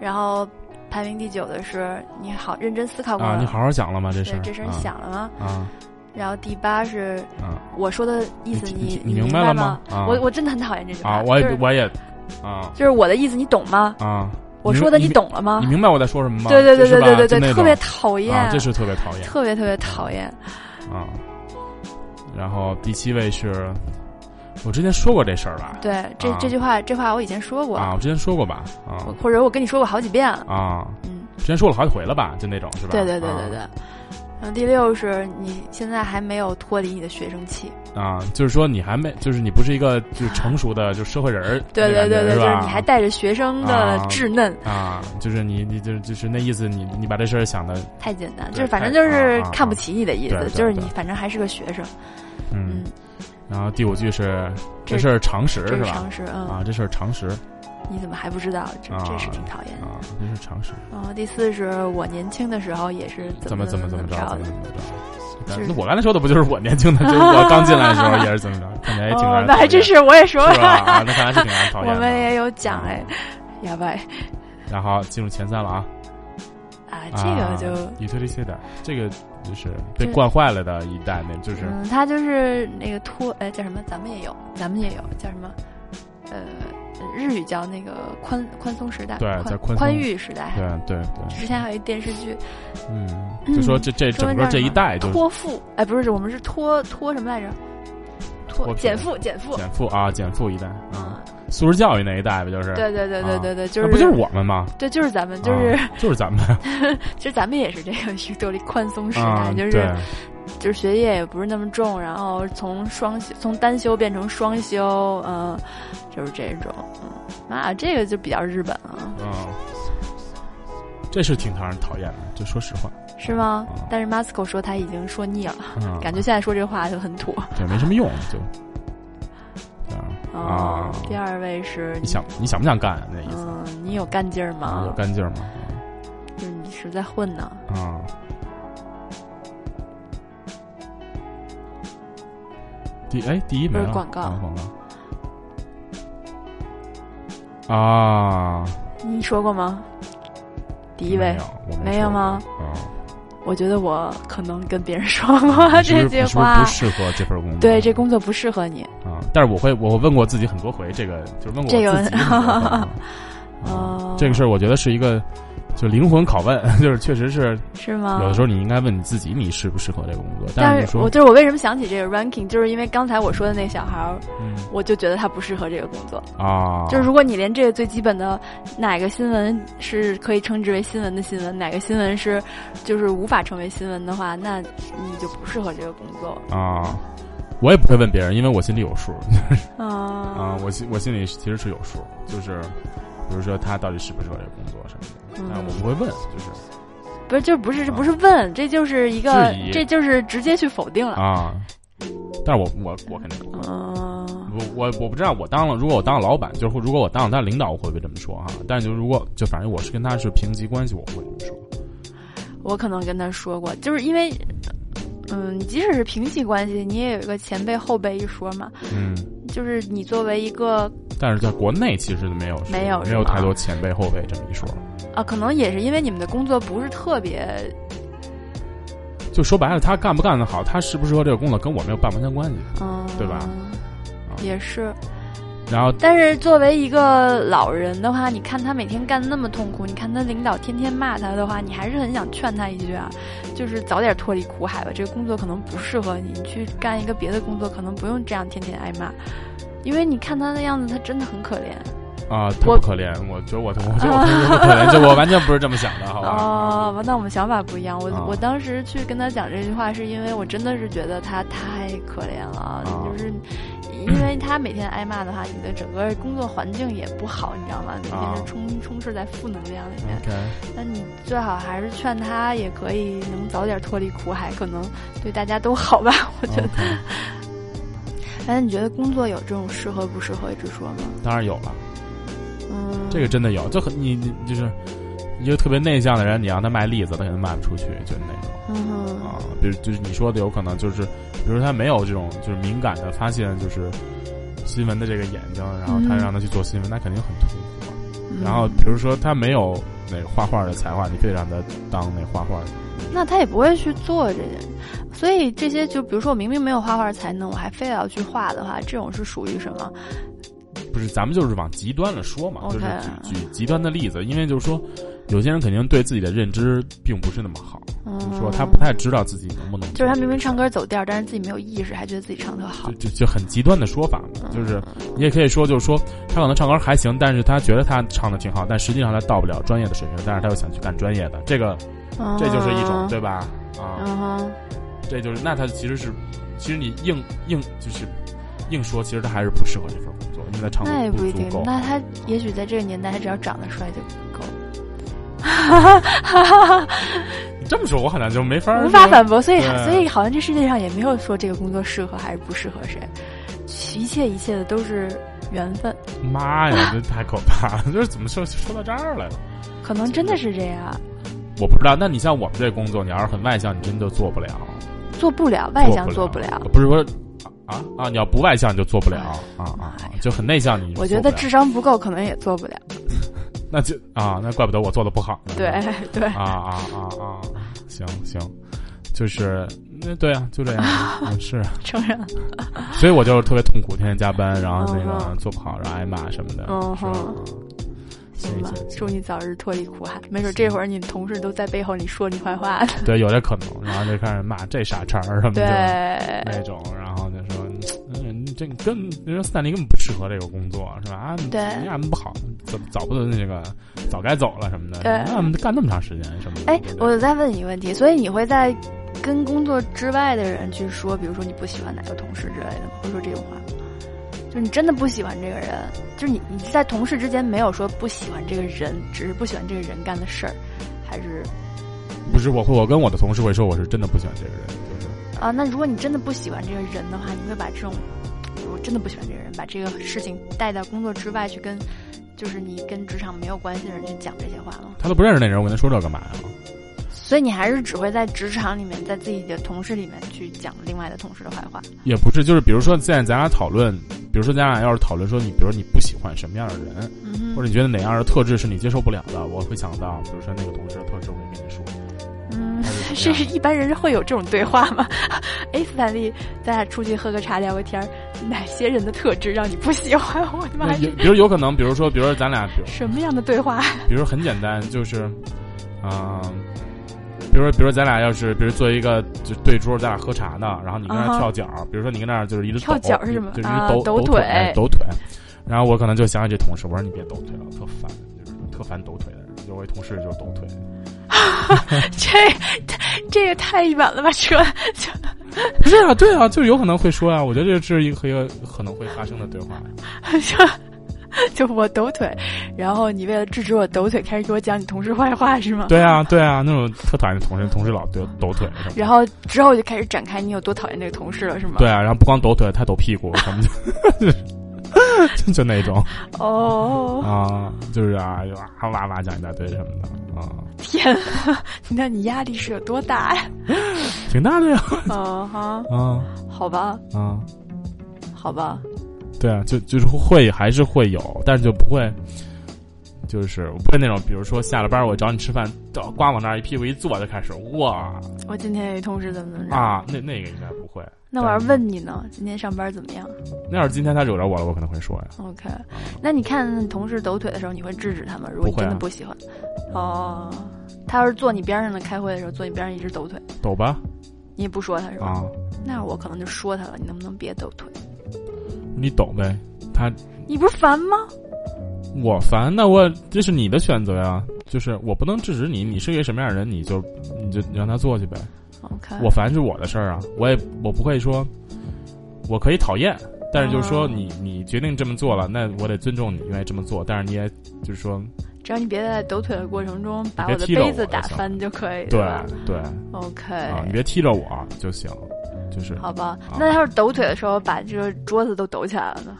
B: 然后排名第九的是你好认真思考过了，
A: 啊，你好好想了吗？这
B: 对
A: 事儿，
B: 这事儿
A: 啊
B: 你想了吗？
A: 啊
B: 然后第八是
A: 啊，
B: 我说的意思，
A: 你
B: 你
A: 明
B: 明
A: 了
B: 吗
A: 吗？？啊
B: 我我真的很讨厌这句话，
A: 啊，我
B: 就
A: 也
B: 是
A: 我也啊
B: 就是我的意思你懂吗？
A: 啊，
B: 我
A: 你
B: 说的
A: 你
B: 你懂了吗
A: 你？明白我在说什么吗？
B: 对对
A: 就
B: 对
A: 是
B: 对
A: 吧
B: 对
A: 就
B: 对
A: 那
B: 对，特别
A: 种
B: 讨厌
A: 啊，，这是特别讨厌。
B: 特别特别讨厌。
A: 啊。然后第七位是，我之前说过这事儿吧？
B: 对，这
A: 啊
B: 这句话这话我以前说过，
A: 啊，我之前说过吧？
B: 我
A: 啊
B: 或者我跟你说过好几遍了。
A: 啊，
B: 嗯，
A: 之前说了好几回了吧？就那种是吧？
B: 对对对对
A: 啊
B: 对。然后第六是你现在还没有脱离你的学生气，
A: 啊，就是说你还没，就是你不是一个就是成熟的就社会人儿
B: <laughs> 对
A: 那感觉，
B: 对对对，
A: 是
B: 就
A: 吧？
B: 是你还带着学生的
A: 啊
B: 稚嫩，
A: 啊，就是你你就就是那意思你，你把这事儿想的，
B: 太简单，
A: 对
B: 就是反正
A: 太
B: 就是
A: 啊啊
B: 看不起你的意
A: 对对
B: 思，就是你
A: 对
B: 反正还是个学生，
A: 嗯
B: 嗯，，
A: 然后第五句是
B: 这
A: 这事儿常识
B: 这是
A: 吧
B: 常？识，
A: 啊，
B: 嗯，
A: 这事儿常识
B: 你怎么还不知道？这这是
A: 啊
B: 挺讨厌的。
A: 啊，这是常识，
B: 然后第四是我年轻的时候也是
A: 怎
B: 么
A: 怎
B: 怎
A: 么怎
B: 么
A: 么着，
B: 着
A: 怎么
B: 的
A: 怎，么着。啊
B: 就是
A: 那我刚才说的不就是我年轻的，就是我刚进来的时候也是怎么着，看起来也哎挺让
B: 哦
A: 人，
B: 那还
A: 讨
B: 真
A: 厌
B: 是，我也说
A: 是吧？啊，那看来是挺让人讨
B: 我
A: 厌的。啊嗯
B: 们也有讲哎，哑巴
A: 然后进入前三了啊，
B: 啊，这个就。
A: 啊以推力系的，这个就是
B: 这
A: 被惯坏了的一代，那就是
B: 嗯，他就是那个脱，哎，叫什么？咱们也有，咱们也有，叫什么？呃，日语叫那个宽宽松时代，
A: 对
B: 宽
A: 叫宽松
B: 宽裕时代。
A: 对对对，
B: 之前还有一电视剧
A: 嗯，
B: 嗯
A: 就说这这
B: 说
A: 整个
B: 那
A: 这
B: 什
A: 一
B: 么
A: 代就是
B: 托付，哎，不是，我们是托托什么来着？托
A: 脱贫
B: 减负，减负。
A: 减负啊，减负一代啊，
B: 嗯，
A: 素质教育那一代不就是？啊
B: 对对对对对对，就
A: 那
B: 是
A: 不就是我们吗？
B: 对，就是咱们，就是
A: 啊就是咱们
B: 其实咱们也是这个宇宙里宽松时
A: 啊，
B: 代，就
A: 对
B: 是就是学业也不是那么重，然后从双休从单休变成双休，嗯，就是这种，嗯，那这个就比较日本了，
A: 嗯，这是挺让人讨厌的，就说实话，
B: 是吗
A: 嗯？
B: 但是 Masco 说他已经说腻了，
A: 嗯，
B: 感觉现在说这话就很土。
A: 对没什么用，就对啊
B: 嗯
A: 啊，，
B: 第二位是
A: 你想你想不想干啊那意思？
B: 嗯，你有干劲儿
A: 啊有
B: 吗？
A: 干劲儿吗？
B: 就是你是不是在混呢？
A: 啊，第哎第一没
B: 不
A: 了
B: 是广告
A: 啊广告啊，
B: 你说过吗？第一位
A: 没有，我
B: 没有
A: 说过
B: 吗？ <laughs>
A: 啊，
B: 我觉得我可能跟别人说过
A: <laughs> 你是不是你
B: 这句
A: 是不是
B: 话
A: 不，适合这份工作？
B: 啊对，这工作不适合你。
A: 啊，但是我会，我问过自己很多回，这个就是问过我自己
B: 这个
A: 很多
B: <laughs>
A: 回啊
B: 哦
A: 啊，这个事儿我觉得是一个。就灵魂拷问， <laughs> 就是确实是
B: 是吗？
A: 有的时候你应该问你自己，你适不适合这个工作。
B: 啊但
A: 是你
B: 是
A: 说
B: 我，就是我为什么想起这个 ranking，就是因为刚才我说的那小孩儿，
A: 嗯
B: 我就觉得他不适合这个工作。
A: 啊，
B: 就是如果你连这个最基本的哪个新闻是可以称之为新闻的新闻，哪个新闻是就是无法成为新闻的话，那你就不适合这个工作。
A: 啊，我也不会问别人，因为我心里有数
B: 嗯
A: 啊，我心我心里其实是有数，就是比如说他到底适不适合这个工作什么的，
B: 嗯
A: 但是我不会问，就是
B: 不是，就不是，这不是问，这就是一个
A: 质，疑
B: 这就是直接去否定了。
A: 啊，但是我我我肯定不会。
B: 嗯，
A: 我我我不知道，我当了，如果我当了老板，就是如果我当了他的领导，我会不会这么说哈、但是就如果就反正我是跟他是平级关系，我会这么说。
B: 我可能跟他说过，就是因为，嗯，即使是平级关系，你也有一个前辈后辈一说嘛。
A: 嗯，
B: 就是你作为一个
A: 但是在国内其实没有
B: 没有
A: 没
B: 是吗
A: 有太多前辈后辈这么一说，
B: 啊，可能也是因为你们的工作不是特别，
A: 就说白了，他干不干得好，他适不适合这个工作，跟我没有半毛钱关系
B: 嗯，
A: 对吧？啊
B: 也是，
A: 然后
B: 但是作为一个老人的话，你看他每天干得那么痛苦，你看他领导天天骂他的话，你还是很想劝他一句啊，就是早点脱离苦海吧，这个工作可能不适合你，你去干一个别的工作，可能不用这样天天挨骂。因为你看他的样子，他真的很可怜
A: 啊、他
B: 我
A: 不可怜，我觉得我我觉得我同学不可
B: <laughs>
A: 怜，就我完全不是这么想的，好吧？
B: 哦。那我们想法不一样，我、
A: 啊
B: 我当时去跟他讲这句话，是因为我真的是觉得他太可怜了，
A: 啊
B: 就是因为他每天挨骂的话，你的整个工作环境也不好，你知道吗？每天是
A: 啊
B: 充充斥在负能量里面。
A: OK，
B: 那你最好还是劝他，也可以能早点脱离苦海，可能对大家都好吧。我觉得，
A: OK，
B: 哎，你觉得工作有这种适合不适合之说吗？
A: 当然有了，
B: 嗯，
A: 这个真的有，就很你你就是一个特别内向的人，你让他卖栗子，他可能卖不出去，就是那种。
B: 嗯哼，
A: 啊，比如就是你说的，有可能就是，比如他没有这种就是敏感的发现就是新闻的这个眼睛，然后他
B: 嗯
A: 让他去做新闻，那肯定很痛苦啊。
B: 嗯
A: 然后比如说他没有那个画画的才华，你非得让他当那画画的，
B: 那他也不会去做这件，所以这些就比如说我明明没有画画才能，我还非得要去画的话，这种是属于什么？
A: 不是咱们就是往极端了说嘛，就是
B: OK
A: 举举极端的例子，因为就是说有些人肯定对自己的认知并不是那么好，
B: 嗯，
A: 就是说他不太知道自己能不能，
B: 就是他明明唱。歌走调，但是自己没有意识，还觉得自己唱得特好
A: 就。就就很极端的说法嘛，
B: 嗯
A: <laughs> 就是你也可以说，就是说他可能唱歌还行，但是他觉得他唱的挺好，但实际上他到不了专业的水平，但是他又想去干专业的，这个这就是一种，对吧？啊，
B: 嗯哼，
A: 这就是那他其实是，其实你硬硬就是硬说，其实他还是不适合这份工作，因为他唱
B: 那也
A: 功
B: 不一
A: 足
B: 定
A: 够。。
B: 那他也许在这个年代，他只要长得帅就够了。
A: 你这么说，我好像就没法儿
B: 无法反驳，所以
A: 对
B: 所以好像这世界上也没有说这个工作适合还是不适合谁，一切一切的都是缘分，
A: 妈呀，这太可怕了！就是怎么说说到这儿来了？
B: 可能真的是这样，
A: 我不知道。那你像我们这工作，你要是很外向，你真就做不了。
B: 做不了，外向做不了。
A: 嗯不是说啊啊，你要不外向你就做不了啊啊
B: 妈
A: 啊
B: 哎呀！
A: 就很内向你就做
B: 我
A: 不了。
B: 觉得智商不够，可能也做
A: <laughs>
B: 不了。
A: 那就啊，那怪不得我做的不好呢。
B: 对对，
A: 啊啊啊啊！行行，就是那对啊，就这样
B: <laughs>
A: 嗯是啊。
B: 承认。
A: 所以我就是特别痛苦，天天加班，然后那
B: 嗯
A: 个
B: 哼
A: 做不好，然后挨骂什么的。
B: 嗯哼
A: 是啊
B: 行吧
A: 行行，行
B: 祝你早日脱离苦海。没准这会儿你同事都在背后你说你坏话呢。
A: 对，有这可能，然后就开始骂这傻叉儿什么
B: 对，
A: 的。那种，然后就说，嗯，你这你根，你说斯坦利根本不适合这个工作，是吧？啊，你
B: 对
A: 你干不好，怎么早不能那个早该走了什么的，
B: 对
A: 那我们干那么长时间什么的。
B: 哎
A: 对，不对
B: 我再问你一个问题，所以你会在跟工作之外的人去说，比如说你不喜欢哪个同事之类的吗，会说这种话吗？就是你真的不喜欢这个人，就是你你在同事之间没有说不喜欢这个人，只是不喜欢这个人干的事儿，还是
A: 不是我会，我跟我的同事会说，我是真的不喜欢这个人，就是
B: 啊？那如果你真的不喜欢这个人的话，你会把这种我真的不喜欢这个人，把这个事情带到工作之外去跟，就是你跟职场没有关系的人去讲这些话吗？
A: 他都不认识那人，我跟他说这干嘛呀？
B: 所以你还是只会在职场里面，在自己的同事里面去讲另外的同事的坏话。
A: 也不是，就是比如说现在咱俩讨论，比如说咱俩要是讨论说你，比如说你不喜欢什么样的人，
B: 嗯哼，
A: 或者你觉得哪样的特质是你接受不了的，我会想到，比如说那个同事的特质，我会跟你说。
B: 嗯
A: 他，是
B: 是
A: 怎么
B: 是
A: 样
B: 一般人会有这种对话吗？哎，斯坦利，咱俩出去喝个茶聊个天儿，哪些人的特质让你不喜欢？我的妈
A: 那有，
B: 呀，
A: 比如有可能，比如说，比如说咱俩，比如
B: 什么样的对话？ <laughs>
A: 比如很简单，就是，啊、比如说，比如说咱俩要是，比如做一个就对桌，咱俩喝茶呢，然后你跟那
B: 啊
A: 儿
B: 哈
A: 跳脚比如说你跟那儿就是一直
B: 跳
A: 抖
B: 脚是什么
A: 就是一
B: 啊
A: 直抖
B: 抖
A: 抖腿哎
B: 腿
A: 抖腿，然后我可能就想起这同事，我说你别抖腿了，特烦，就是特烦抖腿的人，有位同事就是抖腿，
B: 这这也太一般了吧？这
A: 不是啊，对啊，就是有可能会说啊，我觉得这是一个一个可能会发生的对话，
B: <laughs> 这就我抖腿，然后你为了制止我抖腿，开始给我讲你同事坏话是吗？。
A: 对啊，对啊，那种特讨厌的同事，同事老抖抖腿什么的。
B: 然后之后就开始展开你有多讨厌这个同事了是吗？
A: 对。啊，然后不光抖腿，还抖屁股什么的， <laughs> 就 <laughs> 就那种。
B: 哦，
A: 啊，就是啊，就啊哇哇讲一大堆什么的啊，
B: 天啊，那你压力是有多大呀？
A: 挺大的呀，
B: 嗯哈，
A: 啊
B: 好吧，
A: 啊，
B: 好吧。
A: 对啊，就就是会还是会有，但是就不会，就是不会那种，比如说下了班我找你吃饭，到呱往那儿一屁股一坐就开始哇
B: 我今天有一同事怎么怎么着，
A: 啊，那那个应该不会。
B: 那我要是问你呢，今天上班怎么样
A: 那要是今天他惹着我了，我可能会说呀，
B: ？OK，那你看同事抖腿的时候，你会制止他吗？如果你
A: 不会啊
B: 真的不喜欢，哦，他要是坐你边上的开会的时候，坐你边上一直抖腿，
A: 抖吧
B: 你也不说他是吧？
A: 啊，
B: 那我可能就说他了，你能不能别抖腿？
A: 你抖呗。他
B: 你不是烦吗？
A: 我烦，那我这是你的选择呀，就是我不能制止你，你是一个什么样的人，你就你就让他做去呗。
B: OK，
A: 我烦是我的事儿啊，我也我不会说，我可以讨厌，但是就是说
B: 哦
A: 你你决定这么做了，那我得尊重你愿意这么做，但是你也就是说，
B: 只要你别在抖腿的过程中把
A: 别
B: 我的
A: 踢着
B: 杯
A: 我
B: 子打
A: 就行
B: 翻就可以
A: 对
B: 了。
A: 对
B: OK，、
A: 啊，你别踢着我就行，就是
B: 好吧
A: 啊。
B: 那他要是抖腿的时候把这个桌子都抖起来了呢？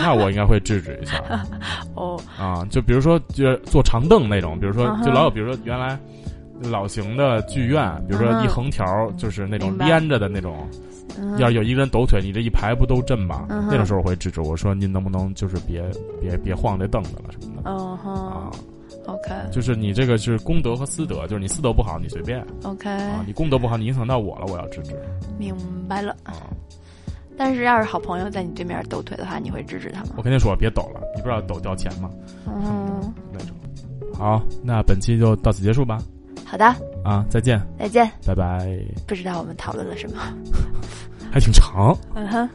A: 那我应该会制止一下
B: <laughs> 哦，
A: 啊，就比如说就是坐长凳那种，比如说
B: 嗯哼
A: 就老有比如说原来。老型的剧院，比如说
B: 嗯哼
A: 一横条就是那种
B: 明白
A: 连着的那种，
B: 嗯
A: 要是有一个人抖腿，你这一排不都震吗？
B: 嗯哼
A: 那种时候我会制止，我说您能不能就是别别别晃这凳子了什么的
B: 嗯
A: 啊
B: 哼。，OK
A: 就是你这个是功德和私德，就是你私德不好，你随便
B: OK，
A: 啊；你功德不好，你影响到我了，我要制止
B: 明白了。
A: 啊。
B: 但是要是好朋友在你对面抖腿的话，你会制止他吗
A: 我？肯定说别抖了，你不知道抖掉钱吗？
B: 嗯，
A: 那种。好，那本期就到此结束吧。
B: 好的，
A: 啊，再见，
B: 再见。
A: 拜拜。
B: 不知道我们讨论了什么。
A: 还挺长。
B: 嗯哼，